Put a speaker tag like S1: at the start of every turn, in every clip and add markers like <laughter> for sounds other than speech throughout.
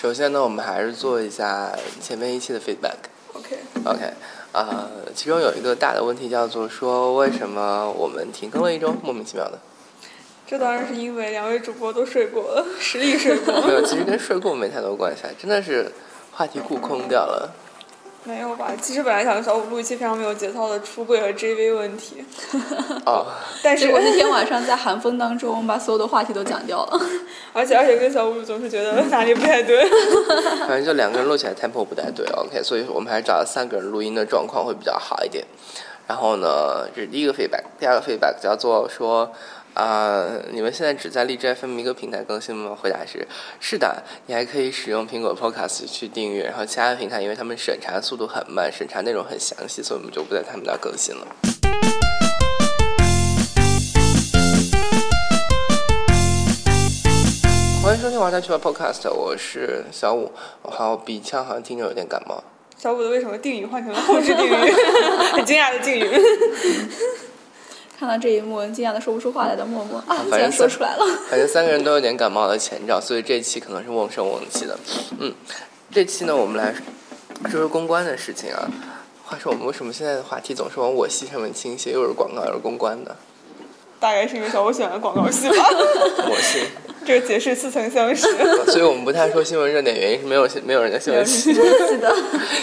S1: 首先呢，我们还是做一下前面一期的 feedback。
S2: OK，
S1: OK，啊、其中有一个大的问题叫做说，为什么我们停更了一周，莫名其妙的？
S2: 这当然是因为两位主播都睡过了，实力睡过，
S1: 没有，其实跟睡过没太多关系，啊，真的是话题库空掉了。
S2: 没有吧？其实本来想小五录一期非常没有节操的出柜和 JV 问题，
S1: 哦，
S2: 但是
S3: 结果那天晚上在寒风当中，我们把所有的话题都讲掉了。
S2: 而且而且跟小五总是觉得哪里不太对，
S1: 反正就两个人录起来 tempo 不太对，OK，所以我们还是找了三个人录音的状况会比较好一点。然后呢，这是第一个 feedback，第二个 feedback 叫做说，啊、你们现在只在荔枝 FM 一个平台更新吗？回答是是的，你还可以使用苹果 Podcast 去订阅，然后其他的平台因为他们审查速度很慢，审查内容很详细，所以我们就不在他们那儿更新了。欢迎收听《玩家去玩 Podcast》，我是小五，我好鼻腔好像听着有点感冒。
S2: 小五的为什么定语换成了后置定语， <laughs> 很惊讶的敬语。
S3: 看到这一幕，惊讶的说不出话来的默默啊，
S1: 反
S3: 竟然
S1: 正
S3: 说
S1: 是
S3: 出来了。
S1: <laughs> 反正三个人都有点感冒的前兆，所以这一期可能是瓮声瓮气的。嗯，这期呢，我们来说说公关的事情啊。话说，我们为什么现在的话题总是往我系上面倾斜？又是广告，又是公关的？
S2: 大概是因为小五喜欢广告系吧，
S1: 我系，啊
S2: 这个解释似曾相识。
S1: 所以我们不太说新闻热点，原因是没有没有人的新闻
S3: <laughs>
S1: 系。
S3: 记得，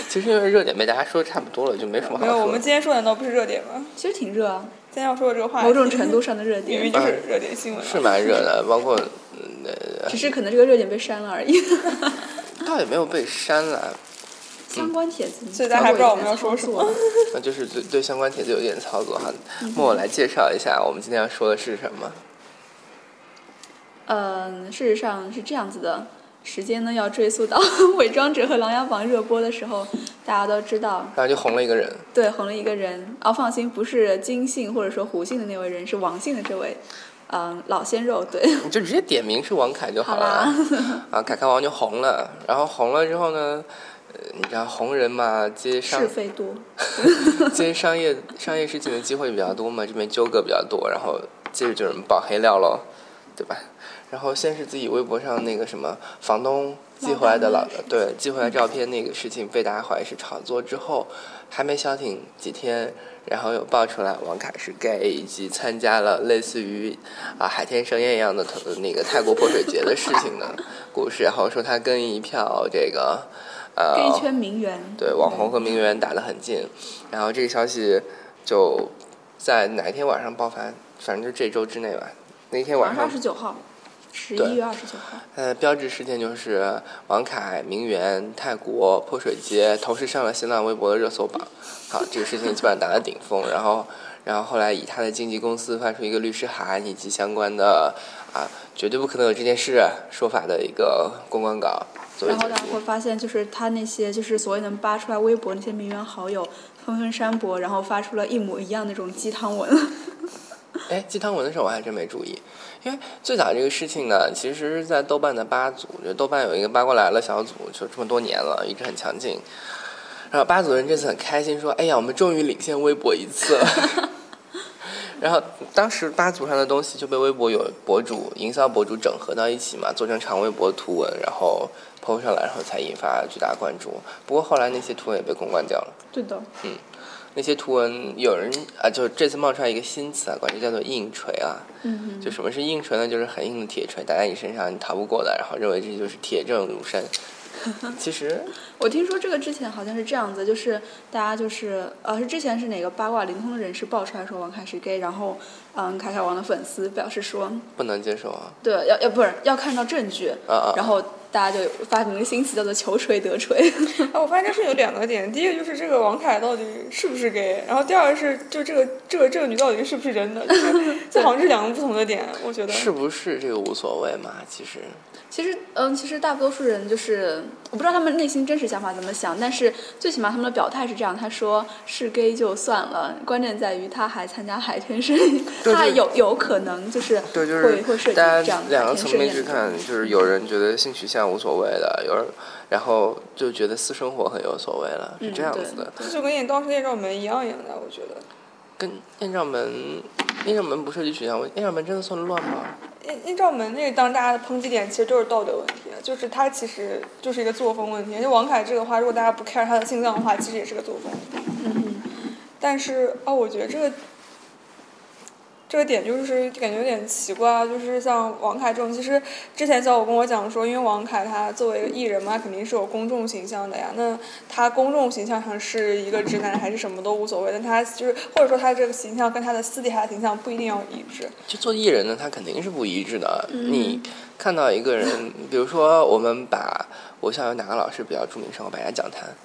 S1: 其实因为热点被大家说的差不多了，就没什么好
S2: 没有，
S1: 说。
S2: 我们今天说难道不是热点吗？
S3: 其实挺热啊，
S2: 今天要说的这个话题，
S3: 某种程度上的热
S2: 明明
S3: 点，
S2: 就是热点新闻啊。
S1: 是蛮热的，包括嗯，呃
S3: 只是可能这个热点被删了而已。 <laughs>
S1: 倒也没有被删了，
S3: 相关帖子，
S2: 所以大家还不知道我们要说什么。
S1: 那就是对对相关帖子有点操作哈。那我来介绍一下我们今天要说的是什么。
S3: 嗯，事实上是这样子的，时间呢要追溯到 <laughs> 《伪装者》和《琅琊榜》热播的时候，大家都知道，
S1: 然后就红了一个人，
S3: 对，红了一个人。哦，放心，不是金姓或者说胡姓的那位人，是王姓的这位，嗯，老鲜肉，对，
S1: <laughs> 你就直接点名是王凯就好
S3: 好
S1: 了
S3: 啦
S1: 啊。。啊，凯凯王就红了，然后红了之后呢，呃，你知道红人嘛，接商
S3: 是非多，
S1: <laughs> 接商业商业事情的机会比较多嘛，这边纠葛比较多，然后接着就有人爆黑料喽，对吧？然后先是自己微博上那个什么房东寄回来的老
S3: 老大
S1: 对寄回来照片那个事情被大家怀疑是炒作之后，还没消停几天，然后又爆出来王凯是 gay 以及参加了类似于啊海天盛宴一样的呃那个泰国泼水节的事情的故事，然后说他跟一票这个呃
S3: 跟一圈名媛，
S1: 对，网红和名媛打得很近，然后这个消息就在哪一天晚上爆发，反正就这周之内吧。那天晚
S3: 晚上
S1: 上
S3: 二，十九号，十
S1: 对
S3: 一月二十九号，
S1: 呃，标志事件就是王凯、名媛、泰国泼水节同时上了新浪微博的热搜榜。好，这个事情基本上达到顶峰，然后，然后后来以他的经纪公司发出一个律师函以及相关的啊，绝对不可能有这件事说法的一个公关稿作为
S3: 然
S1: 结
S3: 后大家
S1: 束
S3: 会。发现，就是他那些就是所谓能扒出来微博那些名媛好友，纷纷删博，然后发出了一模一样那种鸡汤文。 <laughs>
S1: 哎，鸡汤文的时候我还真没注意，因为最早这个事情呢，其实是在豆瓣的八组，就豆瓣有一个八卦来了小组，就这么多年了，一直很强劲。然后八组人这次很开心，说：“哎呀，我们终于领先微博一次了。” <laughs> 然后当时八组上的东西就被微博有博主、营销博主整合到一起嘛，做成长微博图文，然后 PO 上来，然后才引发巨大关注。不过后来那些图文也被公关掉了。
S3: 对的，
S1: 那些图文有人啊，就这次冒出来一个新词啊，管这叫做硬锤啊。
S3: 嗯
S1: 就什么是硬锤呢？就是很硬的铁锤，打在你身上你逃不过的，然后认为这就是铁证如
S3: <laughs>
S1: 山。其实
S3: 哼，我听说这个之前好像是这样子，就是大家就是呃，是之前是哪个八卦灵通的人士爆出来说王凯是 gay，然后嗯，凯凯王的粉丝表示说，
S1: 不能接受啊
S3: 对，要要不是要看到证据，
S1: 啊啊！
S3: 然后大家就发明了新词叫做求锤得锤。
S2: 哎，我发现这事有两个点，第一个就是这个王凯到底是不是 gay，然后第二个是就这个这个这个女到底是不是真的，就是这好像是两个不同的点，我觉得。
S1: 是不是这个无所谓嘛？其实
S3: 其实，嗯，其实大多数人就是，我不知道他们内心真实想法怎么想，但是最起码他们的表态是这样，他说是 gay 就算了，关键在于他还参加海天盛宴，
S1: 对
S3: 他还
S1: 对
S3: 有有可能就是
S1: 对，就
S3: 会
S1: 是
S3: 会涉及
S1: 大
S3: 这
S1: 家
S3: 样的
S1: 两
S3: 海
S1: 个
S3: 天
S1: 层
S3: 盛
S1: 面
S3: 宴
S1: 去
S3: 的
S1: 看，就是有人觉得性取向无所谓的，有人然后就觉得私生活很有所谓了，是
S3: 嗯
S1: 这样
S3: 对
S1: 子的。
S2: 这就跟你当时那种门一样一样的，我觉得。
S1: 跟艳照门，艳照门不涉及取向问题，艳照门真的算乱吗？
S2: 艳艳照门那个当时大家的抨击点其实就是道德问题，啊就是他其实就是一个作风问题。就王凯这个话，如果大家不 care 他的性向的话，其实也是个作风。
S3: 嗯
S2: 但是啊、我觉得这个这个点就是感觉有点奇怪啊，就是像王凯这种，其实之前小伙跟我讲说，因为王凯他作为一个艺人嘛，他肯定是有公众形象的呀。那他公众形象上是一个直男还是什么都无所谓，但他就是或者说他这个形象跟他的私底下的形象不一定要一致。
S1: 就做艺人呢，他肯定是不一致的。啊你看到一个人，比如说我们把我校园哪个老师比较著名生活百家讲坛，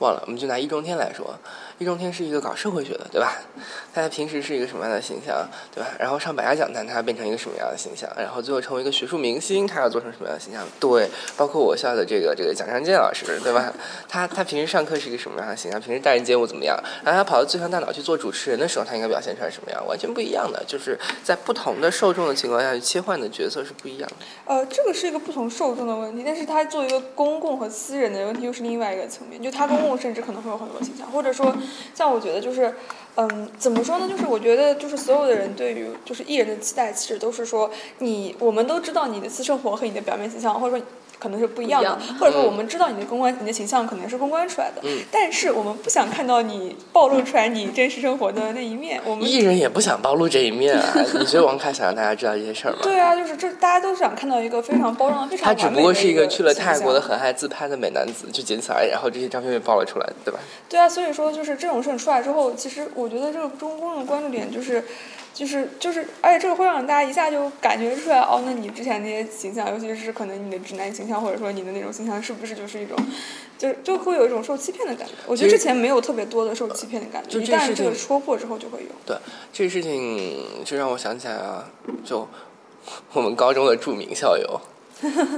S1: 忘了，我们就拿易中天来说，易中天是一个搞社会学的，对吧？ <laughs> 他平时是一个什么样的形象，对吧？然后上百家讲坛，他变成一个什么样的形象？然后最后成为一个学术明星，他要做成什么样的形象？对，包括我校的这个这个蒋尚健老师，对吧？他他平时上课是一个什么样的形象？平时待人接物怎么样？然后他跑到最强大脑去做主持人的时候，他应该表现出来什么样？完全不一样的，就是在不同的受众的情况下去切换的角色是不一样的。
S2: 呃，这个是一个不同受众的问题，但是它作为一个公共和私人的问题，又是另外一个层面。就它公共甚至可能会有很多形象，或者说，像我觉得就是，嗯，怎么说呢？就是我觉得就是所有的人对于就是艺人的期待，其实都是说你，我们都知道你的私生活和你的表面形象，或者说。可能是不一样的
S3: 不一，样
S2: 或者说
S1: 嗯
S2: 我们知道你的公关、你的形象可能是公关出来的，
S1: 嗯
S2: 但是我们不想看到你暴露出来你真实生活的那一面。我们
S1: 艺人也不想暴露这一面 <laughs> 啊！你觉得王凯想让大家知道这些事儿吗？
S2: 对啊，就是这大家都想看到一个非常包装、非常
S1: 他
S2: 完
S1: 只
S2: 美的
S1: 不过是
S2: 一
S1: 一个去了
S2: 形
S1: 泰国的
S2: 象
S1: 很爱自拍的美男子，就仅此而已。然后这些照片被爆了出来，对吧？
S2: 对啊，所以说就是这种事情出来之后，其实我觉得这个中公众关注点就是，就是就是，而且这个会让大家一下就感觉出来，哦，那你之前那些形象，尤其是可能你的直男形象，或者说你的那种形象，是不是就是一种，就是就会有一种受欺骗的感觉。我觉得
S1: 其实
S2: 之前没有特别多的受欺骗的感觉，
S1: 就
S2: 一
S1: 这个
S2: 旦
S1: 事
S2: 这个
S1: 情
S2: 戳破之后就会有。
S1: 对，这个事情就让我想起来啊，就我们高中的著名校友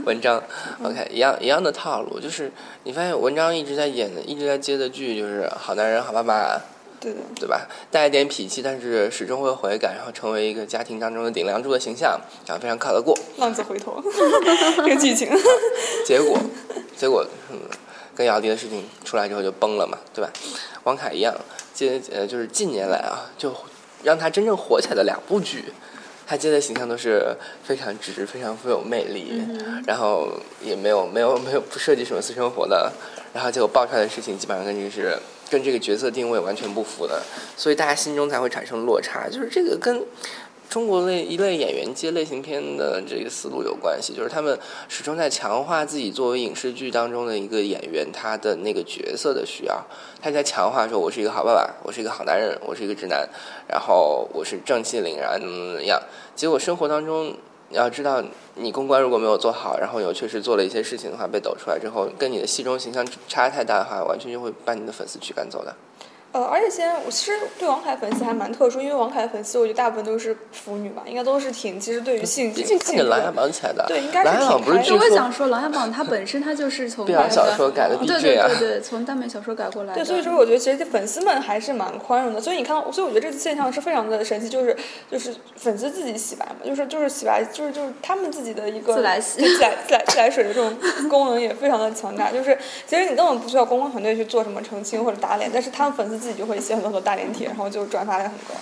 S1: 文章，OK，一样一样的套路，就是你发现文章一直在演的，一直在接的剧就是《好男人好爸爸》，
S2: 对的，
S1: 对吧？带一点痞气，但是始终会悔改，然后成为一个家庭当中的顶梁柱的形象，然后非常靠得过。
S2: 浪子
S1: <laughs>
S2: 回头这个剧情， <laughs>
S1: 结果，结果，嗯，跟姚笛的事情出来之后就崩了嘛，对吧？王凯一样，接呃就是近年来啊，就让他真正火起来的两部剧，他接的形象都是非常直、非常富有魅力，然后也没有没有没有不涉及什么私生活的，然后结果爆出来的事情基本上跟这个是跟这个角色定位完全不符的，所以大家心中才会产生落差，就是这个跟。中国类一类演员接类型片的这个思路有关系，就是他们始终在强化自己作为影视剧当中的一个演员他的那个角色的需要，他在强化说我是一个好爸爸，我是一个好男人，我是一个直男，然后我是正气凛然，怎么怎么样。结果生活当中，你要知道，你公关如果没有做好，然后有确实做了一些事情的话，被抖出来之后，跟你的戏中形象差太大的话，完全就会把你的粉丝驱赶走的。
S2: 呃，而且现在我其实对王凯粉丝还蛮特殊，因为王凯粉丝我觉得大部分都是腐女吧，应该都是挺其实对于性
S1: 毕竟看
S2: 性
S1: 着《
S2: 这个
S1: 琅琊榜》起来的，
S2: 对应该是
S1: 琅琊榜》不是
S2: 挺
S1: 据
S2: 开
S3: 我
S1: 说
S3: 也想说，《琅琊榜》它本身它就是从
S1: 碧
S3: 那
S1: 昂
S3: 个
S1: 小说改的 BJ
S3: 对对
S1: 啊
S3: 对对，从耽美小说改过来的。
S2: 对，所以说我觉得其实这粉丝们还是蛮宽容的，所以你看，所以我觉得这个现象是非常的神奇，就是就是粉丝自己洗白嘛，就是就是洗白，就是就是他们自己的一个
S3: 自来洗
S2: 对自来自来自来水的这种功能也非常的强大，就是其实你根本不需要公关团队去做什么澄清或者打脸，但是他们粉丝自己就会写很多很多大脸帖，然后就转发量很高，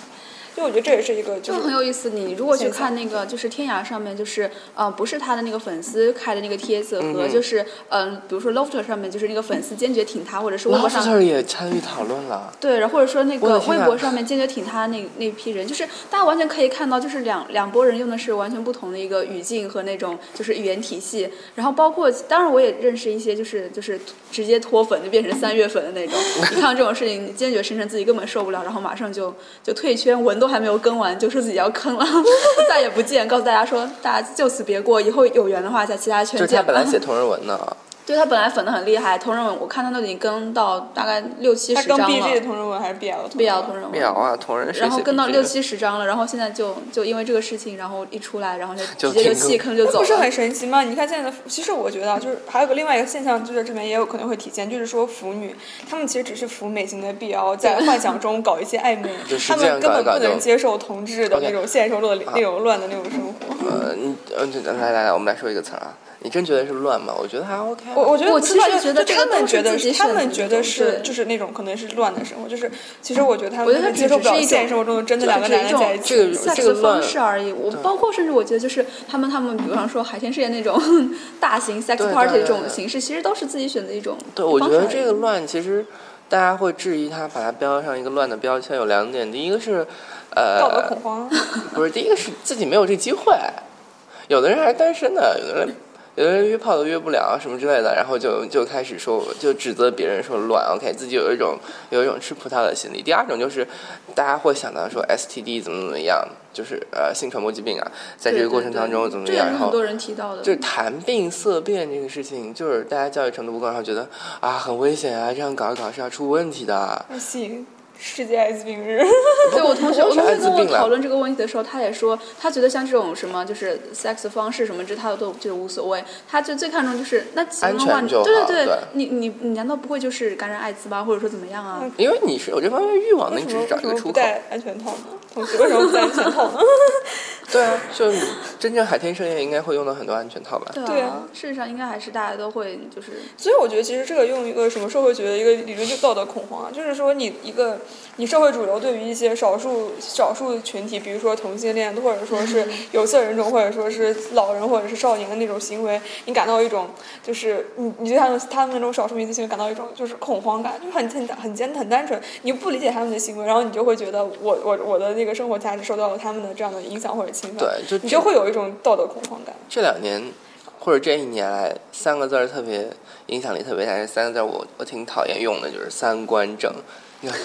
S2: 就我觉得这也是一个就
S3: 就是很有意思。你如果去看那个，就是天涯上面，就是呃，不是他的那个粉丝开的那个帖子，和就是嗯、呃，比如说 Lofter 上面，就是那个粉丝坚决挺他，或者是微
S1: 老
S3: 博
S1: 师
S3: 上。
S1: 这儿也参与讨论了。
S3: 对，然后或者说那
S1: 我的
S3: 个
S1: 天
S3: 微
S1: 呐
S3: 博上面坚决挺他那那批人，就是大家完全可以看到，就是两两拨人用的是完全不同的一个语境和那种就是语言体系，然后包括当然我也认识一些就是就是直接脱粉就变成三月粉的
S1: <laughs>
S3: 那种，一看到这种事情，你坚决声称自己根本受不了，然后马上就就退圈，文都还没有更完就说自己要坑了， <laughs> 再也不见，告诉大家说大家就此别过，以后有缘的话在其他圈
S1: 就是
S3: 见
S1: 他
S3: 吧。啊
S1: 本来写同人文呢，
S3: 对他本来粉的很厉害，同人文我看他都已经更到大概六七
S2: 他
S3: 十章
S2: 刚
S3: 了。
S2: BG 的同人文还是 BL 的同
S3: 必
S2: 人
S3: 要
S2: 文
S3: 同人文，
S1: 苗啊，同人谁
S3: 嗯然后
S1: 写
S3: 跟到
S1: BG
S3: 六七十章了，然后现在就就因为这个事情，然后一出来，然后就
S1: <laughs> 就
S3: 直接就
S1: 停更
S3: 弃坑就走
S2: 不是
S3: 了
S2: 很。神奇吗？你看现在的，其实我觉得啊就是还有个另外一个现象，就是这边也有可能会体现，就是说腐女，她们其实只是腐美型的 BL，在幻想中搞一些暧昧
S1: 就，实
S2: 她
S1: 际上
S2: 们根
S1: 搞一
S2: 本
S1: 搞
S2: 不
S1: 就
S2: 能接受同志的
S1: OK 啊
S2: 那种现实中的那种乱的那种生活。
S1: 呃，你呃，对来来来，我们来说一个词儿啊，你真觉得是乱吗？我觉得还 OK 啊。
S2: 我我觉得
S3: 我
S2: 不是
S3: 其实
S2: 乱
S3: 觉得
S2: 就
S3: 这
S2: 他
S3: 个
S2: 们
S3: 都是
S2: 觉得
S3: 自己
S2: 他
S3: 选
S2: 们
S3: 的
S2: 觉
S3: 那
S2: 得
S3: 种
S2: 是
S3: 对
S2: 就是那种可能是乱的生活，就是其实我觉得他
S3: 我觉
S2: 们
S3: 得它
S2: 可能
S3: 只
S2: 接受不
S3: 是
S2: 了
S3: 一
S2: 现实
S3: 种
S2: 生活中的真的
S3: 对
S2: 两个
S3: 只是
S2: 男
S3: 一
S2: 人在
S3: 种
S2: 一起。
S1: 这个
S3: 赛
S1: 这
S3: 事
S1: 个
S3: 的
S1: 乱
S3: 方式而已。我包括甚至我觉得就是他们他们，比方说海天盛宴那种 <laughs> 大型 sex
S1: 对对
S3: party
S1: 对
S3: 这种
S1: 对
S3: 形式，其实都是自己选的一种方式
S1: 对，
S3: 而已。
S1: 我觉得这个乱其实大家会质疑它，把它标上一个乱的标签有两点，第一个是
S2: 道德
S1: 呃
S2: 恐，慌，
S1: <laughs> 不是，第一个是自己没有这机会，有的人还是单身的，有的人。有的人约炮都约不了什么之类的，然后就就开始说，就指责别人说乱，OK，自己有一种有一种吃葡萄的心理。第二种就是，大家会想到说 STD 怎么怎么样，就是呃性传播疾病啊，在这
S3: 对
S1: 个
S3: 对
S1: 过程
S3: 对
S1: 当中怎么
S3: 这
S1: 怎
S3: 也
S1: 么样，然
S3: 是很
S1: 后
S3: 多人提到的。
S1: 就是谈病色变这个事情，就是大家教育程度不够，然后觉得啊很危险啊，这样搞一搞是要出问题的。
S2: 不行，世界艾滋病日。
S3: 对我同学，
S1: 不
S3: 我
S1: 光是
S3: 同
S1: 艾
S3: 学
S1: 滋
S3: 跟我
S1: 病
S3: 讨
S1: 了，
S3: 论这个问题的时候，他也说，他觉得像这种什么就是 sex 方式什么之，他都就是无所谓，他就最看重就是那其中的话，
S1: 安全
S3: 你
S1: 就
S3: 对
S1: 好
S3: 对
S1: 对
S3: 你你你难道不会就是感染艾滋吗？或者说怎么样啊？
S2: 嗯
S1: 因为你是有这方面欲望的，
S2: 为
S1: 你
S2: 什
S1: 只
S2: 么
S1: 是找
S2: 为
S1: 一
S2: 什
S1: 个
S2: 么
S1: 出
S2: 不
S1: 口。
S2: 戴安全套呢？同学为什么不戴安全套呢？
S1: 对啊，就真正海天盛宴应该会用到很多安全套吧？
S3: 对
S2: 对
S3: 啊
S2: 啊，
S3: 事实上应该还是大家都会就是
S2: 所以我觉得，其实这个用一个什么社会学的一个理论，就道德恐慌啊，就是说你一个你社会主流对于一些少数少数群体，比如说同性恋，或者说是
S1: 嗯
S2: 有色人种，或者说是老人或者是少年的那种行为，你感到一种就是你你对他们他们那种少数民族行为感到一种就是恐慌感，就是很很很简很单纯，你不理解他们的行为，然后你就会觉得我我我的那个生活价值受到了他们的这样的影响或者侵犯，
S1: 对，就
S2: 你
S1: 这
S2: 就会有一种道德恐慌感。
S1: 这两年或者这一年来，三个字儿特别影响力特别大。这三个字儿我我挺讨厌用的，就是三观正。你看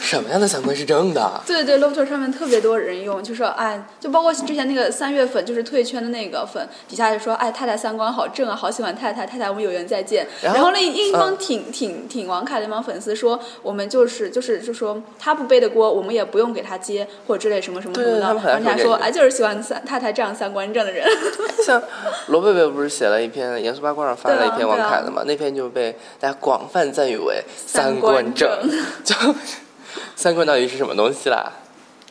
S1: 什么样的三观是正啊的？
S3: 对对 l o t o 上面特别多人用，就说哎，就包括之前那个三月粉，就是退圈的那个粉，底下就说哎，太太三观好正啊，好喜欢太太，太太我们有缘再见。
S1: 然
S3: 然
S1: 后
S3: 另一帮
S1: 嗯
S3: 挺、挺挺王凯的那帮粉丝说，我们就是就是就说他不背的锅，我们也不用给他接，或者之类什么什么什
S1: 对
S3: 么
S1: 对
S3: 的。
S1: 他们很爱
S3: 然后人家
S1: 说
S3: 说
S1: 这个
S3: 哎，就是喜欢三太太这样三观正的人。
S1: 像罗贝贝不是写了一篇《严肃八卦》上发了一篇王凯的嘛？那篇就被大家广泛赞誉为三观正， <laughs> 就三观到底是什么东西啦？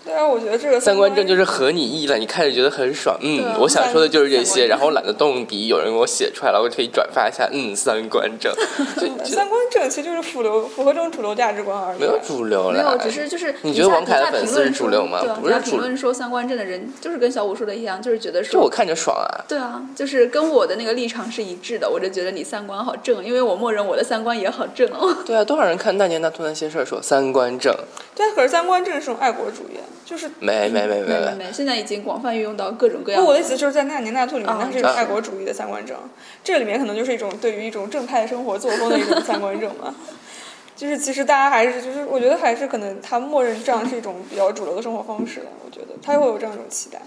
S2: 对啊，我觉得这个。
S1: 三观正就是是合你意了，你看着觉得很爽，
S3: 对啊
S1: 嗯，我想说的就是这些，
S3: 三三观正
S1: 然后懒得动笔，有人给我写出来了，我可以转发一下，
S3: <laughs>
S1: 嗯，三观正，就就
S2: 三观正其实就是主流，符合这种主流价值观而已。
S1: 没有主流
S3: 没有
S1: 啦，，哎
S3: 只是就是
S1: 你
S3: 底
S1: 觉得
S3: 下
S1: 王凯的
S3: 底下
S1: 粉
S3: 评
S1: 丝
S3: 论
S1: 是主
S3: 说
S1: 流吗
S3: 对啊
S1: 不是
S3: 底下
S1: 主
S3: 评论说三观正的人，就是跟小五说的一样，就是觉得
S1: 就
S3: 说
S1: 我看着爽啊。
S3: 对啊，就是跟我的那个立场是一致的，我就觉得你三观好正，因为我默认我的三观也好正
S1: <laughs>
S3: 哦。
S1: 对啊，多少人看《那年那兔那些事儿》说三观正，
S2: 对啊，可是三观正是种爱国主义，就是
S1: 没没没没
S3: <laughs> 没，没，现在已经广泛运用到各种各
S2: 不，
S3: 样
S2: 我
S3: 的。
S2: 的意思就是在《那年那兔》里面
S3: 啊，
S2: 它是一种
S1: 啊
S2: 爱国主义的三观正，这里面可能就是一种对于一种正派生活作风的一种三观正嘛。 <laughs> 就是其实大家还是就是，我觉得还是可能他默认这样是一种比较主流的生活方式的，我觉得他会有这样一种期待。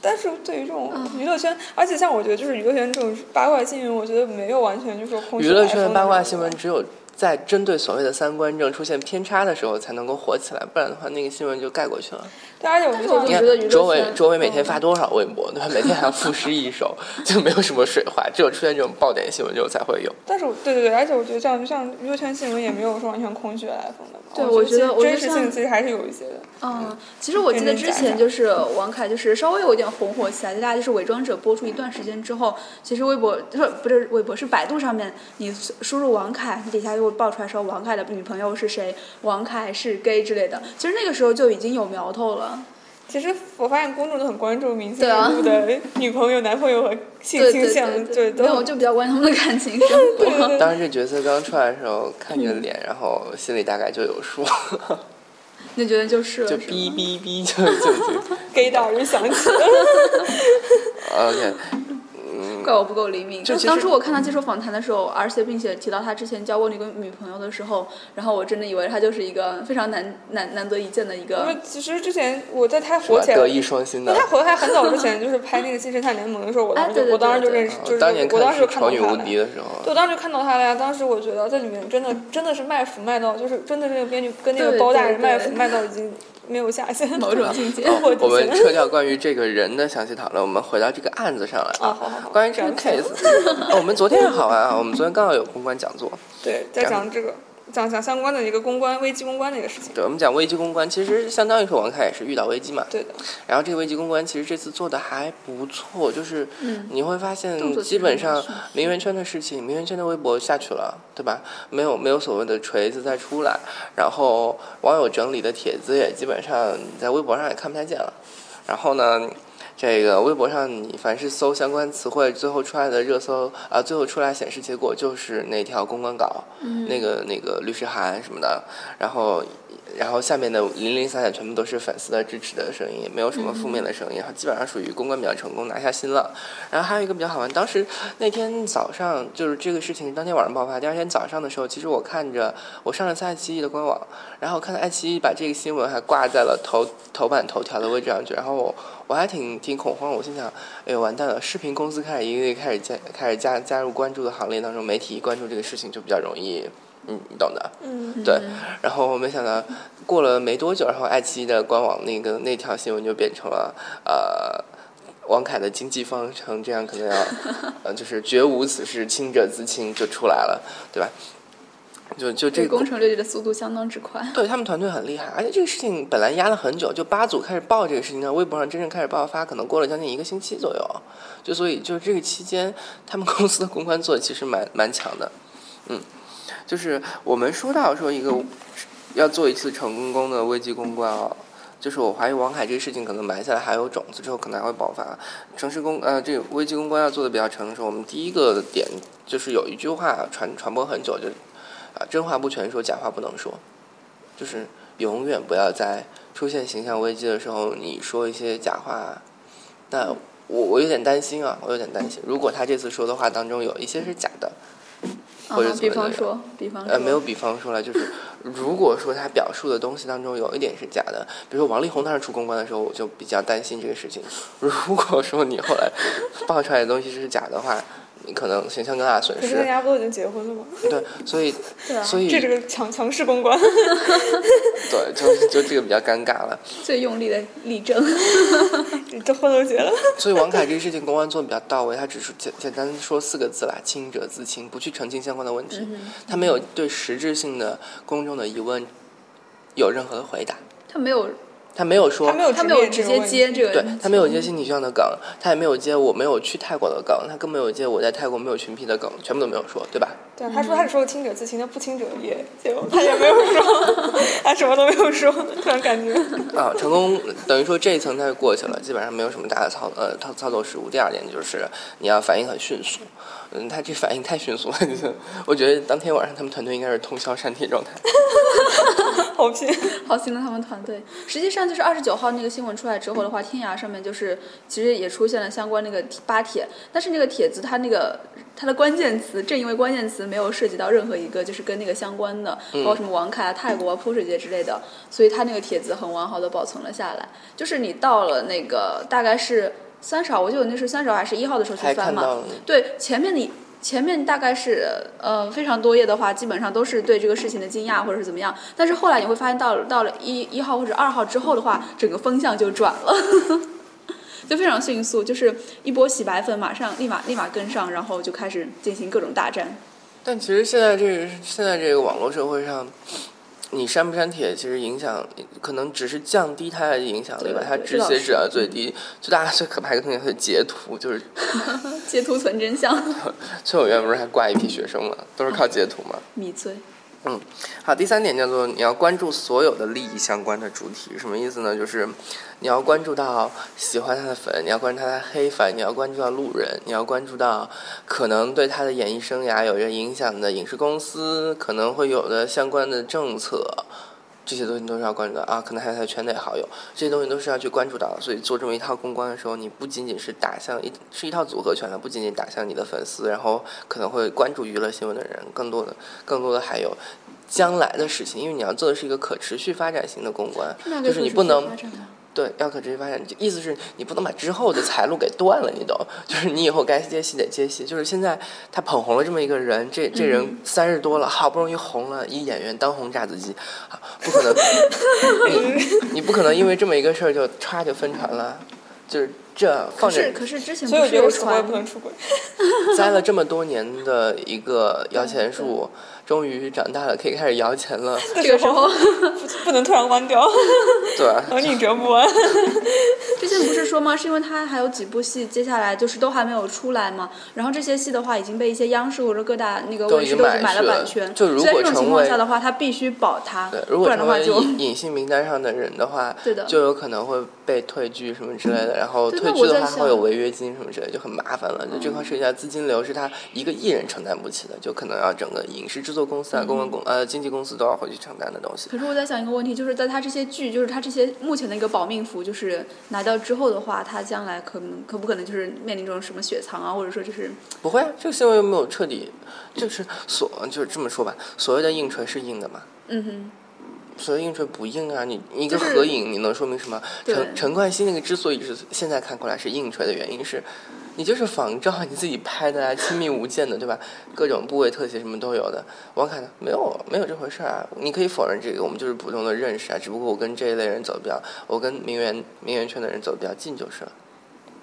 S2: 但是对于这种娱乐圈，而且像我觉得就是娱乐圈这种八卦新闻，我觉得没有完全就是说空穴
S1: 娱乐
S2: 来风
S1: 圈
S2: 的
S1: 的八
S2: 那
S1: 卦
S2: 种
S1: 新闻只有在针对所谓的三观正出现偏差的时候才能够火起来，不然的话那个新闻就盖过去了。
S2: 对，而且我觉
S3: 但是我
S2: 得
S1: 你
S3: 觉得
S1: 看
S3: 娱乐
S1: 周伟，
S3: 圈嗯
S1: 周伟每天发多少微博，对吧？每天还要赋诗一首， <laughs> 就没有什么水花，只有出现这种爆点新闻之后才会有。
S2: 但是我对对对，而且我觉得像像娱乐圈新闻也没有说完全空穴来风的嘛。
S3: 对
S2: 我
S3: 我觉得
S2: 其实
S3: 我觉得
S2: 真实性
S3: 像
S2: 其实还是有一些的。
S3: 嗯，其实我记得之前就是王凯，就是稍微有一点红火起来，就大家就是《伪装者》播出一段时间之后，其实微博就是不是微博是百度上面，你输入王凯，底下就会爆出来说王凯的女朋友是谁，王凯是 gay 之类的。其实那个时候就已经有苗头了。
S2: 其实我发现公众都很关注明星
S3: 对啊
S2: 人物的女朋友、男朋友和性倾向，
S3: 对
S2: 都
S3: 没有，我就比较关心他们的感情生活。
S2: <laughs>
S1: <laughs>
S2: 对对对
S1: 当时这角色刚出来的时候，看着脸，然后心里大概就有数，
S3: 你觉得就是了
S1: 就是 <laughs>
S3: 吗
S1: 哔哔哔，就就就
S2: 给导人想起了。
S1: <laughs>
S2: <laughs>
S1: OK。
S3: 怪我不够灵敏。
S1: 这其实
S3: 当初我看他接受访谈的时候，而且并且提到他之前交过那个女朋友的时候，然后我真的以为他就是一个非常难难难得一见的一
S2: 因为
S3: 个。嗯
S2: 其实之前我在他
S1: 是
S2: 火
S1: 吧
S2: 起来
S1: 德。艺双馨的
S2: 那。他火还很早之前，就是拍那个《新神探联盟》的时候，我当时
S3: 哎对对
S2: 我当时就
S3: 对对
S2: 认识，就是
S1: 我嗯当年
S2: 我当
S1: 看
S2: 时就是看
S1: 丑
S2: 到
S1: 女
S2: 他
S1: 无
S2: 了。
S1: 敌的时候
S2: 对，我当时看到他了呀！当时我觉得这里面真的真的是卖腐卖到，就是真的这个编剧跟那
S3: 对
S2: 个包大
S3: 对
S2: 人卖
S3: 对
S2: 腐卖到已经没有下限了。
S3: 某种境界，
S1: 哦
S2: 我
S1: 我们撤掉关于这个人的详细讨论，我们回到这个案子上来
S2: 啊，好好好，
S1: 关于这个
S2: 样子
S1: case，、哦我们昨天好玩啊，我们昨天刚好有公关讲座，
S2: 对，在
S1: 这样
S2: 讲这个，讲讲相关的一个公关危机公关的一个事情。
S1: 对，我们讲危机公关，其实相当于说王凯也是遇到危机嘛。
S2: 对的，
S1: 然后这个危机公关其实这次做的还不错，就是
S3: 嗯
S1: 你会发现
S3: 动作，
S1: 基本上
S3: 其实还是
S1: 名媛圈的事情，名媛圈的微博下去了，对吧？没有没有所谓的锤子再出来，然后网友整理的帖子也基本上你在微博上也看不太见了。然后呢，这个微博上你凡是搜相关词汇，最后出来的热搜啊、最后出来显示结果就是那条公关稿，
S3: 嗯
S1: 那个那个律师函什么的，然后然后下面的零零散散全部都是粉丝的支持的声音，没有什么负面的声音，基本上属于公关比较成功，拿下新浪。然后还有一个比较好玩，当时那天早上就是这个事情，当天晚上爆发，第二天早上的时候，其实我看着我上了次爱奇艺的官网，然后看到爱奇艺把这个新闻还挂在了头头版头条的位置上去，然后我我还挺挺恐慌，我心想，哎呦完蛋了，视频公司开始一个一个开始加开始加加入关注的行列当中，媒体一关注这个事情就比较容易，嗯，你懂的。
S2: 嗯，
S1: 对，然后没想到过了没多久，然后爱奇艺的官网那个那条新闻就变成了呃，王凯的经济方程这样可能要，呃，就是绝无此事，清者自清就出来了，对吧？就就这
S3: 这
S1: 个
S3: 个工程六级的速度相当之快。
S1: 对他们团队很厉害，而且这个事情本来压了很久，就八组开始报这个事情呢，微博上真正开始爆发，可能过了将近一个星期左右，就所以就这个期间，他们公司的公关做的其实蛮蛮强的，嗯，就是我们说到说一个要做一次成功的危机公关哦。就是我怀疑王凯这个事情可能埋下来还有种子，之后可能还会爆发。城市公呃，这个危机公关要做的比较成熟。我们第一个点就是有一句话传传播很久，就是啊，真话不全说，假话不能说。就是永远不要在出现形象危机的时候，你说一些假话。啊那我我有点担心啊，我有点担心，如果他这次说的话当中有一些是假的，
S3: 啊
S1: 或者，怎
S3: 比
S1: 么
S3: 方
S1: 的
S3: 说，比方
S2: 嗯
S3: 说，
S1: 呃，没有比方说了，就是如果说他表述的东西当中有一点是假的，比如说王力宏当时出公关的时候，我就比较担心这个事情。 <laughs> 如果说你后来爆出来的东西是假的话，你可能形象更大的损
S2: 可是人
S1: 失。
S2: 家不都已经结婚了吗？
S1: 对，所以
S3: 对啊，
S1: 所以
S2: 这这个强强势公关， <laughs>
S1: 对，就就这个比较尴尬了。
S3: 最用力的力争，
S2: 这婚都结了，
S1: 所以王凯这个事情公安做的比较到位，他只是简简单说四个字啦：清者自清，不去澄清相关的问
S2: 嗯
S1: 题。他没有对实质性的公众的疑问有任何的回答，
S3: <laughs> 他没有，
S1: 他没有说
S2: 他没有嗯
S3: 他没有
S2: 直
S3: 直
S2: 面
S3: 接接这个，
S1: 对他没有接心理学上的梗，他也没有接我没有去泰国的梗，他更没有接我在泰国没有群批的梗，全部都没有说，对吧？
S2: 这个问题。对，他说他只说个清者自清，那不清者也，结果嗯 <laughs> 他也没有说， <laughs> 他什么都没有说，突然感 <laughs> 觉，
S1: <laughs> 啊，成功等于说这一层它就过去了，基本上没有什么大的操呃操操作失误。第二点就是你要反应很迅速，嗯，他这反应太迅速了，就是我觉得当天晚上他们团队应该是通宵删帖状态。
S2: 好拼，
S3: <laughs> 好心疼他们团队。实际上就是二十九号那个新闻出来之后的话，天涯上面就是其实也出现了相关那个八帖，但是那个帖子它那个它的关键词，正因为关键词没有涉及到任何一个就是跟那个相关的，
S1: 嗯
S3: 包括什么王凯啊、泰国啊、泼水节之类的，所以它那个帖子很完好的保存了下来。就是你到了那个大概是三十号，我记得我那是三十号还是一号的时候去
S1: 还
S3: 翻
S1: 看
S3: 嘛，
S1: 到了你
S3: 对，前面你前面大概是呃非常多页的话，基本上都是对这个事情的惊讶或者是怎么样，但是后来你会发现到到了一一号或者二号之后的话，整个风向就转了。 <laughs> 就非常迅速，就是一波洗白粉，马上立马立马跟上，然后就开始进行各种大战。
S1: 但其实现在这个现在这个网络社会上，你删不删帖，其实影响可能只是降低它的影响力吧
S3: 对，
S1: 它
S3: 对
S1: 止
S3: 这倒
S1: 血
S3: 是
S1: 止到最低。最大最可怕的一个东西是截图，就是 <laughs>
S3: 截图存真相， <laughs>
S1: 崔永元不是还挂一批学生嘛，都是靠截图嘛。
S3: 米醉。
S1: 好，第三点叫做你要关注所有的利益相关的主体，什么意思呢？就是你要关注到喜欢他的粉，你要关注他的黑粉，你要关注到路人，你要关注到可能对他的演艺生涯有着影响的影视公司，可能会有的相关的政策。这些东西都是要关注到啊，可能还有他的圈内好友，这些东西都是要去关注到的。所以做这么一套公关的时候，你不仅仅是打向一是一套组合拳了，不仅仅打向你的粉丝，然后可能会关注娱乐新闻的人，更多的更多的还有将来的事情，因为你要做的是一个可持续发展型的公关，就是你不能对要可持续发展，意思是你不能把之后的财路给断了，你懂？ <laughs> 就是你以后该接戏得接戏，就是现在他捧红了这么一个人，这这
S3: 嗯
S1: 人三十多了，好不容易红了，以演员当红炸子鸡，啊不
S3: <laughs>
S1: 可能，你你不可能因为这么一个事儿就歘就分船了，就是这
S3: 可
S1: 放着
S3: 是可是之前
S2: 所以
S3: 不
S2: 我
S3: 是
S2: 觉得
S3: 有
S2: 出轨
S3: 传
S2: 不能出轨。
S1: 栽了这么多年的一个摇钱树，终于长大了，可以开始摇钱了。
S3: 这个时候，
S2: <laughs> 不能突然弯掉，
S1: 对，
S2: 然后拧折不弯。
S3: 之前不是说吗？是因为他还有几部戏，接下来就是都还没有出来嘛。然后这些戏的话，已经被一些央视或者各大那个
S1: 都
S3: 卫
S1: 已
S3: 视
S1: 经
S3: 都已经
S1: 买
S3: 买了
S1: 去了
S3: 版权，
S1: 就如
S3: 所以
S1: 果
S3: 这种情
S1: 成
S3: 况
S1: 为
S3: 下的话，他必须保它
S1: 对，，如
S3: 不
S1: 果
S3: 然的
S1: 成
S3: 话
S1: 为
S3: 就
S1: 隐隐性名单上的人的话，
S3: <laughs> 对的嗯
S1: 就有可能会被退剧什么之类的。然后
S3: 对
S1: 退
S3: 那
S1: 剧
S3: 我
S1: 的
S3: 在
S1: 话，
S3: 想嗯
S1: 会有违约金什么之类的，就很麻烦了。就这块涉及到资金流，是他一个艺人承担不起的，就可能要整个影视制作公司啊、公关公
S3: 嗯
S1: 呃经纪公司都要回去承担的东西。
S3: 可是我在想一个问题，就是在他这些剧，就是他这些目前的一个保命符，就是拿到之后的话，他将来可能可不可能就是面临这种什么雪藏啊，或者说就是
S1: 不会啊，这个新闻又没有彻底，就是所就是这么说吧，所谓的硬锤是硬的嘛。
S3: 嗯哼，
S1: 所谓硬锤不硬啊，你你一个
S3: 就是
S1: 合影，你能说明什么？
S3: 对
S1: 陈陈冠希那个之所以是现在看过来是硬锤的原因是，你就是仿照你自己拍的啊，亲密无间的，对吧？ <laughs> 各种部位特写什么都有的。王凯呢，没有没有这回事儿啊，你可以否认这个，我们就是普通的认识啊，只不过我跟这一类人走的比较，我跟名媛名媛圈的人走的比较近就是了。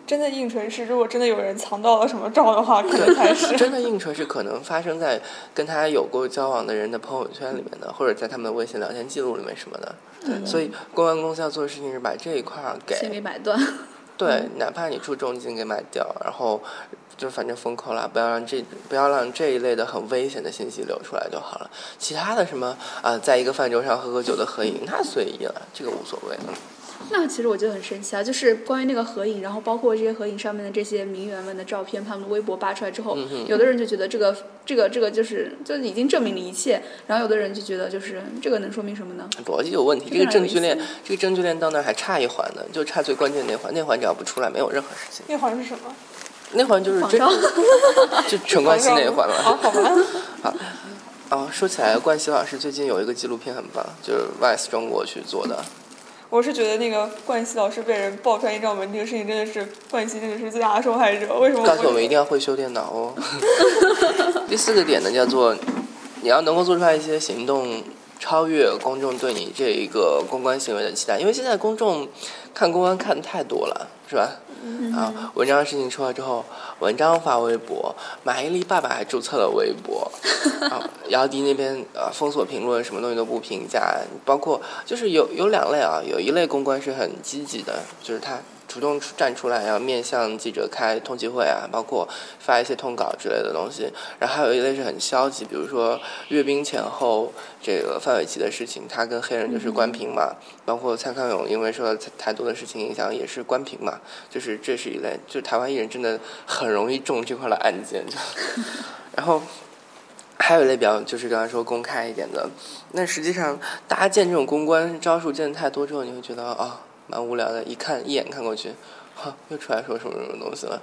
S2: 真的硬锤是，如果真的有人藏到了什么照的话，可能才
S1: <laughs>
S2: 是。
S1: 真的硬锤是可能发生在跟他有过交往的人的朋友圈里面的，或者在他们的微信聊天记录里面什么的。
S3: 嗯
S1: 对，所以公关公司要做的事情是把这一块儿给
S3: 先给买断。
S1: 对，
S3: 嗯
S1: 哪怕你出重金给买掉，然后就反正封口了，不要让这不要让这一类的很危险的信息流出来就好了。其他的什么啊、在一个饭桌上喝喝酒的合影，那随意了，这个无所谓了。
S3: 那其实我觉得很神奇啊，就是关于那个合影，然后包括这些合影上面的这些名媛们的照片，他们的微博扒出来之后，
S1: 嗯
S3: 有的人就觉得这个这个这个就是就已经证明了一切，然后有的人就觉得就是这个能说明什么呢？
S1: 逻辑有问题，
S3: 这
S1: 这
S3: 个
S1: 个
S3: 很
S1: 证
S3: 有意
S1: 据链，这个证据链到那儿还差一环呢，就差最关键那环，那环只要不出来，没有任何事情。
S2: 那环是什么？
S1: 那环就是
S3: 仿
S1: 真
S3: 照
S1: 就
S3: <laughs>
S1: 陈冠希那一环了。
S2: 好好吧，
S1: 哦，说起来，冠希老师最近有一个纪录片很棒，就是 Vice 中国去做的。
S2: 我是觉得那个冠希老师被人爆出来一张文这个事情，真的是冠希真的是最大的受害者。为什么？
S1: 告诉我们一定要会修电脑哦。 <laughs> 第四个点呢，叫做你要能够做出来一些行动，超越公众对你这一个公关行为的期待，因为现在公众看公关看的太多了，是吧？啊，文章的事情出来之后，文章发微博，马伊琍爸爸还注册了微博，啊，姚笛那边呃封锁评论，什么东西都不评价，包括就是有有两类啊，有一类公关是很积极的，就是他主动出站出来，然后面向记者开通气会啊，包括发一些通稿之类的东西。然后还有一类是很消极，比如说阅兵前后这个范玮琪的事情，他跟黑人就是关屏嘛，包括蔡康永因为受到台台独的事情影响也是关屏嘛，就是这是一类，就台湾艺人真的很容易中这块的案件，就 <laughs> 然后。还有一类比较就是刚才说公开一点的，那实际上大家见这种公关招数见的太多之后，你会觉得啊、蛮无聊的，一看一眼看过去，哈，又出来说什么什么东西了。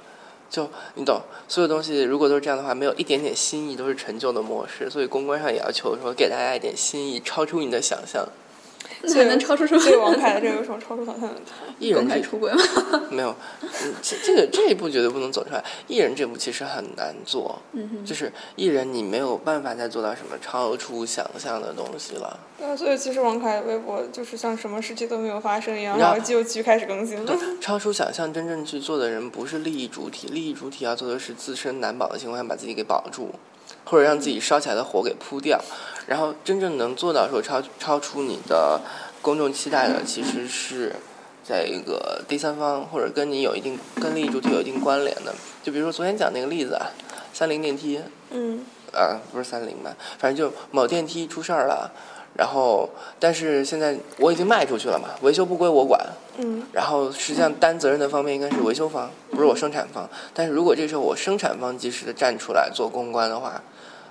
S1: 就你懂，所有东西如果都是这样的话，没有一点点新意都是陈旧的模式，所以公关上也要求说给大家一点新意，超出你的想象。 <laughs>
S3: 那 <laughs> 还能超出什么？
S2: 所以
S3: <laughs>
S2: 王凯的这个有什么超出想象的？
S1: 艺
S3: 嗯公
S1: 人
S3: 开
S1: 这
S3: 出轨吗？ <laughs>
S1: 没有，嗯这这个这一步绝对不能走出来。艺人这步其实很难做，
S3: 嗯哼，
S1: 就是艺人你没有办法再做到什么超出想象的东西了。
S2: 对啊，所以其实王凯微博就是像什么事情都没有发生一样，
S1: 你知道
S2: 然后就继续开始更新了。
S1: 超出想象真正去做的人，不是利益主体，利益主体要做的是自身难保的情况下把自己给保住，或者让自己烧起来的火给扑掉。然后真正能做到说超超出你的公众期待的，其实是在一个第三方或者跟你有一定跟利益主体有一定关联的。就比如说昨天讲那个例子啊，三菱电梯，
S2: 嗯，
S1: 啊，不是三菱吧，反正就某电梯出事儿了。然后，但是现在我已经卖出去了嘛，维修不归我管，
S2: 嗯，
S1: 然后实际上担责任的方面应该是维修方，不是我生产方。但是如果这时候我生产方及时的站出来做公关的话，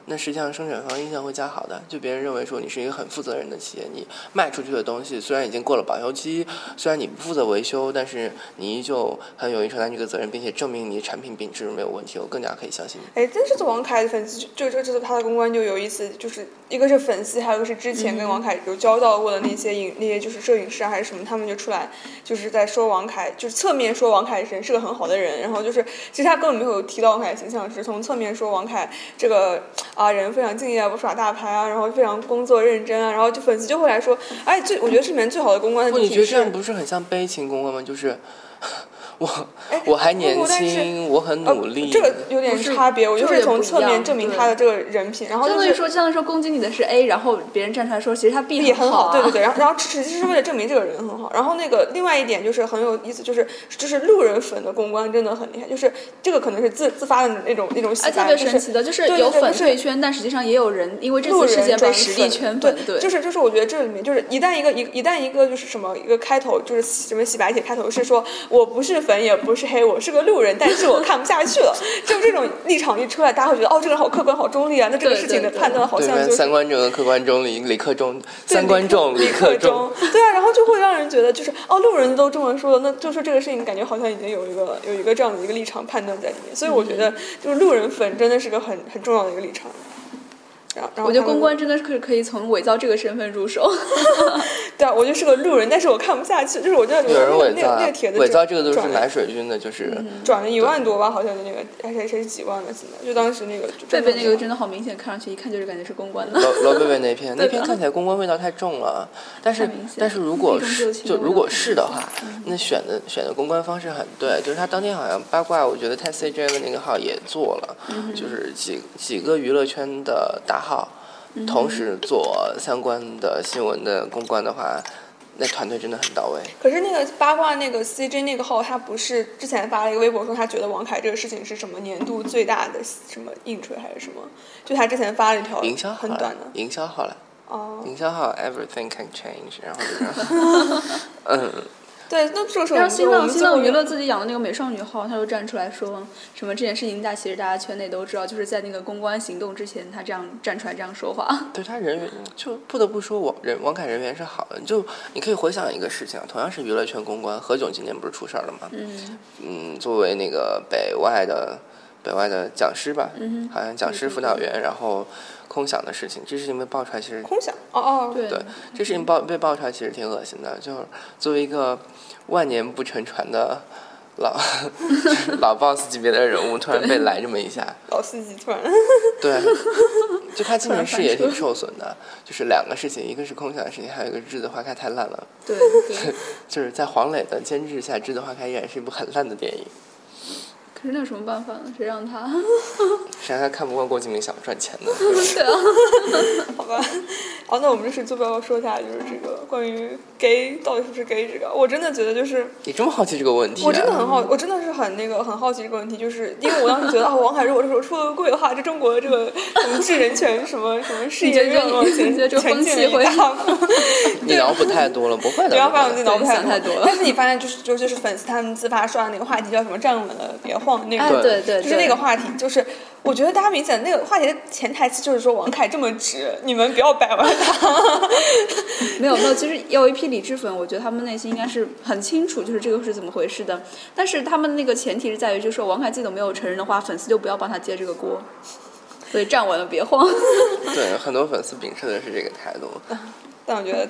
S1: 那实际上生产方印象会加好的，就别人认为说你是一个很负责任的企业，你卖出去的东西虽然已经过了保修期，虽然你不负责维修，但是你依旧很勇于承担这个责任，并且证明你的产品品质没有问题，我更加可以相信你。
S2: 哎，但是做王凯的粉丝，这这这次他的公关就有意思，就是一个是粉丝，还有一个是之前
S3: 嗯
S2: 跟王凯有交道过的那些影那些就是摄影师啊还是什么，他们就出来就是在说王凯，就是侧面说王凯人是个很好的人，然后就是其实他根本没有提到王凯的形象，只是从侧面说王凯这个啊人非常敬业啊，不耍大牌啊，然后非常工作认真啊，然后就粉丝就会来说，哎，最我觉得这里面最好的公关的
S1: 不，
S2: 主
S1: 你觉
S2: 体
S1: 得这样
S2: 是，
S1: 不是很像悲情公关吗？就是我
S2: 哎，
S1: 我还年
S2: 不但是
S1: 轻，我很努力。
S2: 呃，这个有点
S3: 不是
S2: 差别，我就
S3: 这
S2: 是
S3: 也
S2: 从
S3: 不一
S2: 侧面
S3: 样
S2: 证明
S3: 对
S2: 他的这个人品，然后
S3: 相
S2: 就
S3: 当于
S2: 是
S3: 说，相当于说攻击你的是 A，然后别人站出来说，其实他 B
S2: 也很
S3: 好、
S2: 好，
S3: 啊，
S2: 对对对，然后然后实际是为了证明这个人很好。然后那个另外一点就是很有意思，就是就是路人粉的公关真的很厉害，就是这个可能是自自发的那种那种喜
S3: 哎，
S2: 爱，
S3: 特别
S2: 就
S3: 神
S2: 是
S3: 奇的就是
S2: 对
S3: 有
S2: 对
S3: 粉
S2: 就是
S3: 退圈，但实际上也有人因为这
S2: 路
S3: 次
S2: 人
S3: 事件
S2: 追
S3: 把实力圈粉，
S2: 对，
S3: 对，
S2: 就是就是，我觉得这里面就是一旦一个一一旦一个就是什么一个开头就是什么洗白帖开头是说我不是粉也不是黑，我是个路人，但是我看不下去了， <laughs> 就这种立场一出来，大家会觉得哦，这个人好客观好中立啊，那这个
S3: 对
S2: 事情的
S3: 对对
S2: 判断好
S1: 对
S2: 像
S1: 面
S2: 就是
S1: 三观正和客观中理理科中，
S2: 对
S1: 三观中
S2: 理
S1: 科
S2: 科中，对啊，然后就会让人觉得就是哦，路人都这么说了，那就说这个事情感觉好像已经有一个有一个这样的一个立场判断在里面，所以我觉得
S3: 嗯
S2: 就是路人粉真的是个很很重要的一个立场。然后，然后
S3: 我觉得
S2: 他们
S3: 公关真的是可以可以从伪造这个身份入手，
S2: 对啊，我就是个路人，但是我看不下去，就是我觉得
S1: 有人
S2: 那个
S1: 伪
S2: 那个
S1: 造
S2: 那个帖子
S1: 伪造这个都是
S2: 转了
S1: 买水军的，就是。
S2: 转了一万多吧，好像就那个还是还是几万吧，现在就当时那个就
S3: 贝
S2: 真的
S3: 贝那个
S2: 是嗯
S3: 真的好明显，看上去一看就是感觉是公关的。
S1: 罗罗贝贝那
S2: <laughs>
S1: 篇，那
S3: 对的
S1: 篇看起来公关味道太重了，但是
S3: 太明显
S1: 但是如果
S3: 避重
S1: 是
S3: 就轻
S1: 就
S3: 的味
S1: 如
S3: 道
S1: 果
S3: 太
S1: 是
S3: 明
S1: 的
S3: 显
S1: 话，那选的选的公关方式很对，就是他当天好像八卦，我觉得太 CJ 的那个号也做了，
S2: 嗯
S1: 就是几几个娱乐圈的大号，
S2: 嗯
S1: 同时做相关的新闻的公关的话，那团队真的很到位。
S2: 可是那个八卦那个 CJ 那个号，他不是之前发了一个微博说他觉得王凯这个事情是什么年度最大的什么硬锤还是什么？就他之前发了一条
S1: 营销好
S2: 哦很短
S1: 了
S2: 的，
S1: 营销好了，
S2: 哦、
S1: 营销好，everything can change，然后就是，
S3: <laughs>
S1: 嗯，
S2: 对，那这个时候我
S3: 然后
S2: 们
S3: 新
S2: 我
S3: 浪
S2: 们
S3: 新
S2: 作
S3: 浪
S2: 为
S3: 娱乐自己养的那个美少女号，她就站出来说什么这件事情，大家其实大家圈内都知道，就是在那个公关行动之前，她这样站出来这样
S2: <laughs>
S3: 说话。
S1: 对他人缘，就不得不说王人王凯人缘是好的。就你可以回想一个事情，同样是娱乐圈公关，何炅今年不是出事儿了吗？
S3: 嗯，
S1: 嗯，作为那个北外的北外的讲师吧，
S3: 嗯哼嗯
S1: 好像讲师辅导员，然后空想的事情，这事情被爆出来，其实
S2: 空想哦哦，
S3: 对
S1: 对这事情爆被爆出来，其实挺恶心的。就是作为一个万年不沉船的老 <laughs> 老 boss 级别的人物，突然被来这么一下，
S2: 老司机突然 <laughs>
S3: <laughs>
S1: 对，就他精神视野挺受损的，就是两个事情，一个是空想的事情，还有一个《栀子花开》太烂了。
S3: 对对。
S1: 就是在黄磊的监制下，《栀子花开》依然是一部很烂的电影，
S3: 可是那有什么办法呢？谁让她？ <laughs>
S1: 谁让他看不惯郭敬明想赚钱呢？
S3: 对啊，
S2: 好吧。好，那我们这期就不要说一下，就是这个关于 gay 到底是不是 gay 这个，我真的觉得就是。
S1: 你这么好奇这个问题、啊？
S2: 我真的很好，我真的是很那个很好奇这个问题，就是因为我当时觉得啊，王凯如果这时候出了柜的话，这中国这个什么治人权什么什
S3: <laughs>
S2: 么事业
S3: 你觉得
S2: 愿望
S3: 这
S2: 前
S3: 你觉得这
S2: 前
S3: 风
S2: 进
S3: 气
S2: 一
S3: 会
S2: 大步。
S3: <laughs>
S1: 你脑补太多了，不会的。
S2: 不要把我自
S1: 不会的
S2: 己脑补
S3: 想太多了
S2: 但是你发现就是就就是粉丝他们自发刷的那个话题叫什么“站稳了别晃”那
S3: 哎，
S2: 个，
S3: 对对，
S2: 就是那个话题，就是我觉得大家明显那个话题的潜台词就是说王凯这么直，你们不要拐弯他。 <laughs>
S3: 没有没有，其实有一批理智粉，我觉得他们内心应该是很清楚，就是这个是怎么回事的。但是他们那个前提是在于，就是说王凯自己都没有承认的话，粉丝就不要帮他接这个锅。所以站稳了，别慌。
S1: 对，很多粉丝秉持的是这个态度。
S2: 但我觉得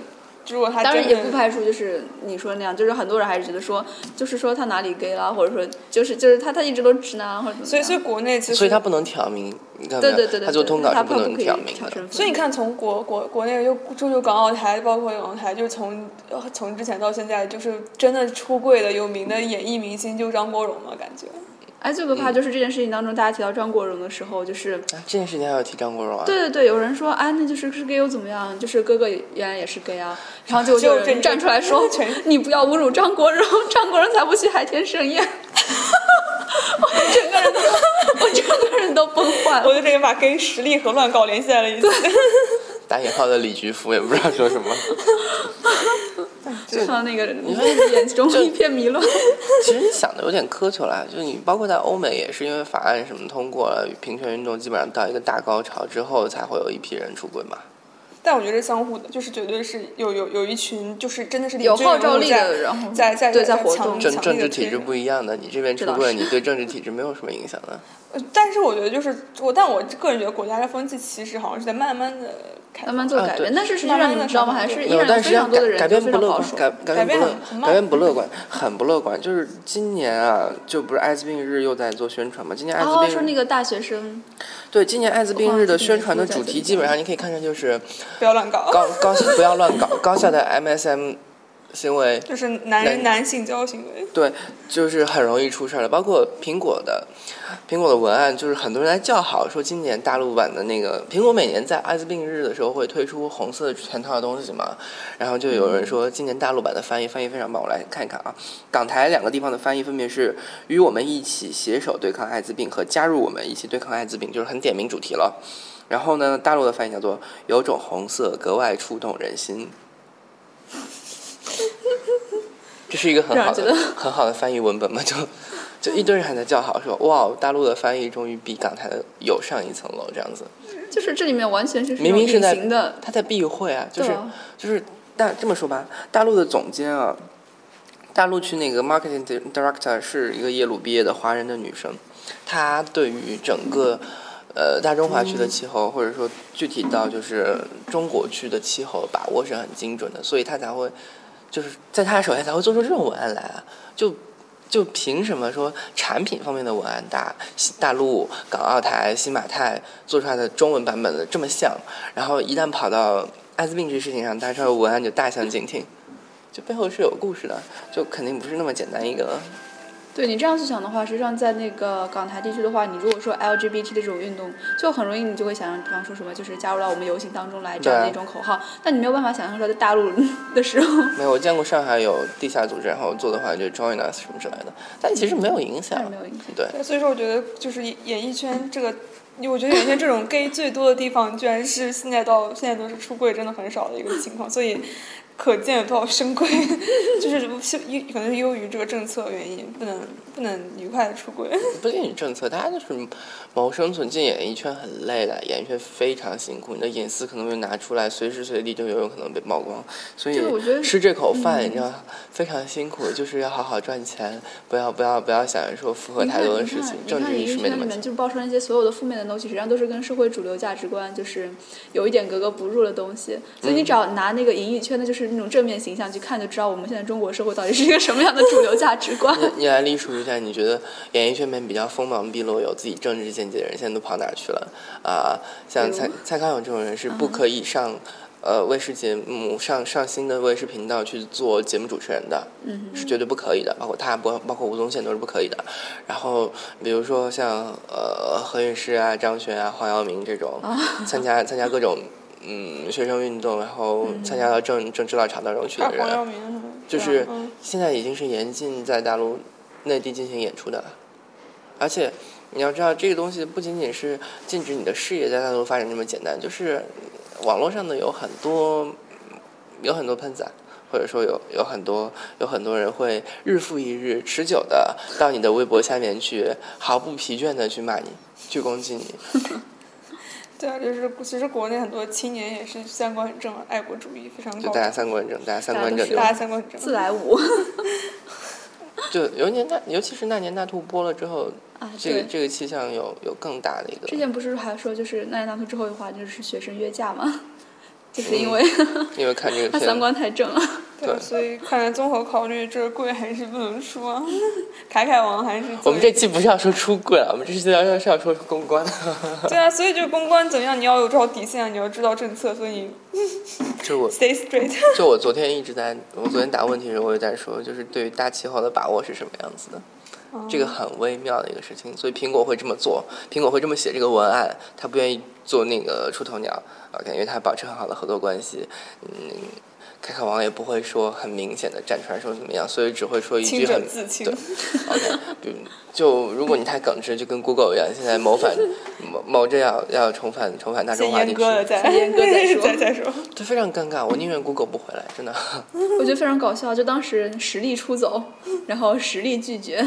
S2: 如果他
S3: 当然
S2: 哎真的
S3: 也不排除就是你说那样，就是很多人还是觉得说，就是说他哪里 gay 啦，或者说就是就是他他一直都直男啊或者怎么样。
S2: 所以所以国内其实
S1: 所以他不能挑明，你看没
S3: 对
S1: 有？
S3: 对对对，
S1: 他做通稿
S3: 他
S1: 是
S3: 不
S1: 能
S3: 可以
S1: 挑明
S3: 挑
S1: 的。
S3: 身份。
S2: 所以你看，从国国国内又就就港澳台，包括港澳台，就是从呃从之前到现在，就是真的出柜的有名的演艺明星就张国荣嘛，感觉。
S3: 哎，最
S2: 嗯
S3: 可怕就是这件事情当中，大家提到张国荣的时候，就是
S1: 啊这件事情还要提张国荣啊？
S3: 对对对，有人说哎，那就是是 gay 又怎么样？就是哥哥原来也是 gay 啊，然后结果就有
S2: <laughs> 就这
S3: 人站出来说
S2: 全，
S3: <laughs> 你不要侮辱张国荣，张国荣才不去海天盛宴。 <laughs> 我整个人都， <laughs> 我整个人都崩坏
S2: 我
S3: 了。
S2: 就这也把跟实力和乱搞联系在了一起。
S1: 打引号的李菊夫也不知道说什么。
S3: 就像那个人眼中一片迷乱。
S1: 其实你想的有点苛求啦，就是你包括在欧美也是因为法案什么通过了，平权运动基本上到一个大高潮之后，才会有一批人出轨嘛。
S2: <laughs> 但我觉得是相互的，就是绝对是有有有一群就是真的是
S3: 有
S2: 领军人
S3: 号召
S2: 物
S3: 力
S2: 在
S3: 的然后
S2: 在在
S3: 对
S2: 在
S3: 在活动
S2: 强
S1: 政
S2: 强
S1: 政
S2: 力
S1: 治
S2: 地
S1: 体
S2: 推
S1: 制
S2: 着
S1: 不一样的，你这边出
S3: 这倒
S1: 轨，
S3: 是
S1: 你对政治体制没有什么影响
S3: <laughs>
S1: 的。
S2: 呃但是我觉得就是我，但我个人觉得国家的风气其实好像是在慢慢的开
S3: 慢
S2: 放。
S3: 慢做
S1: 啊
S3: 改
S1: 对
S3: 变，但是实际
S2: 慢慢
S3: 上
S2: 地
S3: 你知道吗？
S2: 改
S3: 还
S2: 变
S3: 是依
S1: 没有，
S3: 然
S1: 但是
S3: 非常多的人
S1: 改
S3: 都
S1: 变
S3: 非
S1: 不
S3: 常
S1: 乐
S3: 保
S1: 观，
S3: 守。
S1: 改改
S2: 改
S1: 变
S2: 变
S1: 不乐
S2: 很很慢
S1: 改变不乐观，很不乐观。就是今年啊，就不是艾滋病日又在做宣传嘛？今年艾滋
S3: 哦，
S1: 病日、
S3: 说那个大学生，
S1: 对今年艾滋病日的宣传的
S3: 我忘
S1: 主
S3: 了这个名字
S1: 题，基本上你可以看成就是
S2: 不要乱搞。
S1: 高高不要乱搞，高校的 MSM 行为
S2: 就是男
S1: 男
S2: 人男性交行为，
S1: 对，就是很容易出事儿的。包括苹果的，苹果的文案，就是很多人来叫好，说今年大陆版的那个苹果每年在艾滋病日的时候会推出红色的全套的东西嘛，然后就有
S3: 嗯
S1: 人说今年大陆版的翻译翻译非常棒，我来看一看啊。港台两个地方的翻译分别是“与我们一起携手对抗艾滋病”和“加入我们一起对抗艾滋病”，就是很点明主题了。然后呢，大陆的翻译叫做“有种红色格外触动人
S3: <laughs>
S1: 心”，这是一个很
S3: 让
S1: 好
S3: 人觉
S1: 的
S3: 得
S1: 很好的翻译文本嘛？就就一堆人还在叫好说：“哇，大陆的翻译终于比港台的有上一层楼。”这样子，
S3: 就是这里面完全就是
S1: 明明是
S3: 隐
S1: 在
S3: 形的，
S1: 他在避讳啊，就是、
S3: 对啊
S1: 就是大这么说吧，大陆的总监啊，大陆区那个 marketing director 是一个耶鲁毕业的华人的女生，她对于整个呃大中华区的气候，或者说具体到就是中国区的气候把握是很精准的，所以她才会就是在她手下才会做出这种文案来啊，就。就凭什么说产品方面的文案大西大陆、港澳台、新马泰做出来的中文版本的这么像，然后一旦跑到艾滋病这事情上，大家文案就大相径庭，就背后是有故事的，就肯定不是那么简单一个。
S3: 对你这样去想的话，实际上在那个港台地区的话，你如果说 LGBT 这种运动，就很容易你就会想象，比方说什么就是加入到我们游行当中来这样的
S1: 对啊
S3: 一种口号，但你没有办法想象说在大陆 <laughs> 的时候，
S1: 没有，我见过上海有地下组织，然后做的话就 join us 什么之类的，但其实没有影
S3: 那
S1: 响
S3: 是没。有影响。
S1: 对，
S2: 对，所以说我觉得就是演艺圈这个，我觉得演艺圈
S1: <laughs>
S2: 这种 gay 最多的地方，居然是现在到现在都是出柜真的很少的一个情况，所以可见有多少深闺， <laughs> 就是是可能是由于这个政策原因，不能不能愉快的出柜。
S1: 不仅仅政策，大家就是谋生存。进演艺圈很累的，演艺圈非常辛苦，你的隐私可能被拿出来，随时随地就有可能被曝光。所以
S3: 对我觉得嗯
S1: 吃这口饭，你知道非常辛苦，就是要好好赚钱，不要不要不要想着说符合
S3: 你看，
S1: 太多的
S3: 你
S1: 事
S3: 看，
S1: 情，
S3: 你
S1: 政
S3: 看
S1: 治意
S3: 演艺
S1: 识没那
S3: 圈里
S1: 么
S3: 面就是爆出来那些所有的负面的东西，实际上都是跟社会主流价值观就是有一点格格不入的东西。所以
S1: 嗯
S3: 你只要拿那个演艺圈的就是那种正面形象去看，就知道我们现在中国社会到底是一个什么样的主流价值观。
S1: 你你来隶属一下，你觉得演艺圈里面比较锋芒毕露、有自己政治见解的人，现在都跑哪儿去了？啊、像
S3: 比如
S1: 蔡蔡康永这种人是不可以上、呃卫视节目、上上新的卫视频道去做节目主持人的，
S3: 嗯
S1: 是绝对不可以的。包括他，包包括吴宗宪都是不可以的。然后比如说像呃何韵诗啊、张悬啊、黄耀明这种，参加参加各种。嗯，学生运动，然后参加到政政治浪潮当中去
S2: 还
S1: 的
S2: 有
S1: 人，
S2: 黄耀明啊什么的，
S1: 就是
S2: 嗯
S1: 现在已经是严禁在大陆内地进行演出的了，而且你要知道，这个东西不仅仅是禁止你的事业在大陆发展这么简单，就是网络上的有很多有很多喷子啊。或者说有有很多有很多人会日复一日、持久的到你的微博下面去，毫不疲倦的去骂你、去攻击你。
S2: 对啊，就是其实国内很多青年也是三观很正，爱国主义非常
S1: 就
S2: 高
S1: 大，家三观正，大家三
S3: 大家
S1: 观
S3: 都
S1: 正
S3: 是
S1: 就
S2: 大家三观很
S3: 自
S2: 正。
S1: <laughs>
S3: 来五
S1: 就尤其那尤其是那年大兔播了之后，
S3: 啊，
S1: 这个
S3: 对。
S1: 这个气象有有更大的一个。
S3: 之前不是还说就是那年大屠之后的话，就是学生约架嘛，
S1: 嗯
S3: 就是因为
S1: 因为看这个
S3: 他
S1: 片
S3: 三
S1: 子，
S3: 观太正了。 <laughs>
S1: 对
S2: 对，所以看来综合考虑，这个柜还是不能出啊。 <laughs> 凯凯王还是
S1: 我
S2: 作为
S1: 们这期不是要说出柜了，我们这期要要是要说公关，
S2: <laughs> 对啊，所以就是公关怎么样，你要有这条底线啊，你要知道政策，所以你
S1: 就我
S2: stay straight。
S1: 就我昨天一直在，我昨天答问题的时候我也在说，就是对于大气候的把握是什么样子的，
S2: 哦
S1: 这个很微妙的一个事情，所以苹果会这么做，苹果会这么写这个文案，他不愿意做那个出头鸟，OK，因为他保持很好的合作关系，嗯。开开王也不会说很明显的站出来说怎么样，所以只会说一
S2: 清
S1: 句
S2: 者
S1: 很
S2: 自清
S1: 对，OK，比如就如果你太耿直，就跟 Google 一样，现在谋反谋谋着要要重返重返大
S2: 先
S1: 中华
S2: 阉
S1: 地
S2: 割了
S1: 区，
S2: 再
S3: 先阉割再
S2: <laughs> 再
S3: 说
S2: 再说。
S1: 这非常尴尬。我宁愿 Google 不回来，真的。
S3: 我觉得非常搞笑，就当时实力出走，然后实力拒绝，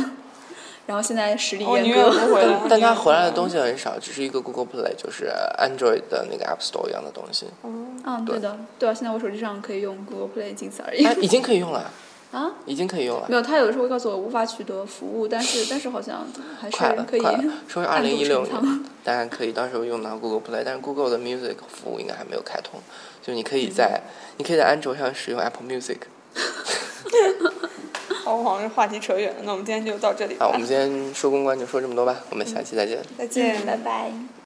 S3: 然后现在实
S1: 哦
S3: 力
S2: 我宁
S3: 阉
S2: 愿
S3: 割。
S2: 哦
S3: <laughs>
S2: 不
S1: <laughs>
S2: 回来。
S1: 但它回来的东西很少，只是一个 Google Play，就是 Android 的那个 App Store 一样的东
S3: <laughs>
S1: 西，
S3: 嗯，对的，对啊，现在我手机上可以用 Google Play，仅此而已。
S1: 哎它已经可以用了，
S3: 啊，
S1: 已经可以用了
S3: <laughs> 没。有，他有的时候会告诉我无法取得服务，但是但是好像还是
S1: 快了，
S3: 可以
S1: 快了，
S3: <laughs>
S1: 说是二
S3: 暗
S1: 零一
S3: 度陈
S1: 六年
S3: 仓。，
S1: 当然可以到时候用到 Google Play，但是 Google 的 Music 服务应该还没有开通，就你可
S3: 嗯
S1: 以在、你可以在安卓上使用 Apple Music。
S2: <laughs> 好，我好像话题扯远
S1: 啊
S2: 了，
S3: <laughs>
S2: 那我们今天就到这里吧
S1: 好，我。们今天说公关就说这么多吧，我们下期再见。
S2: 再见，
S3: 嗯拜拜。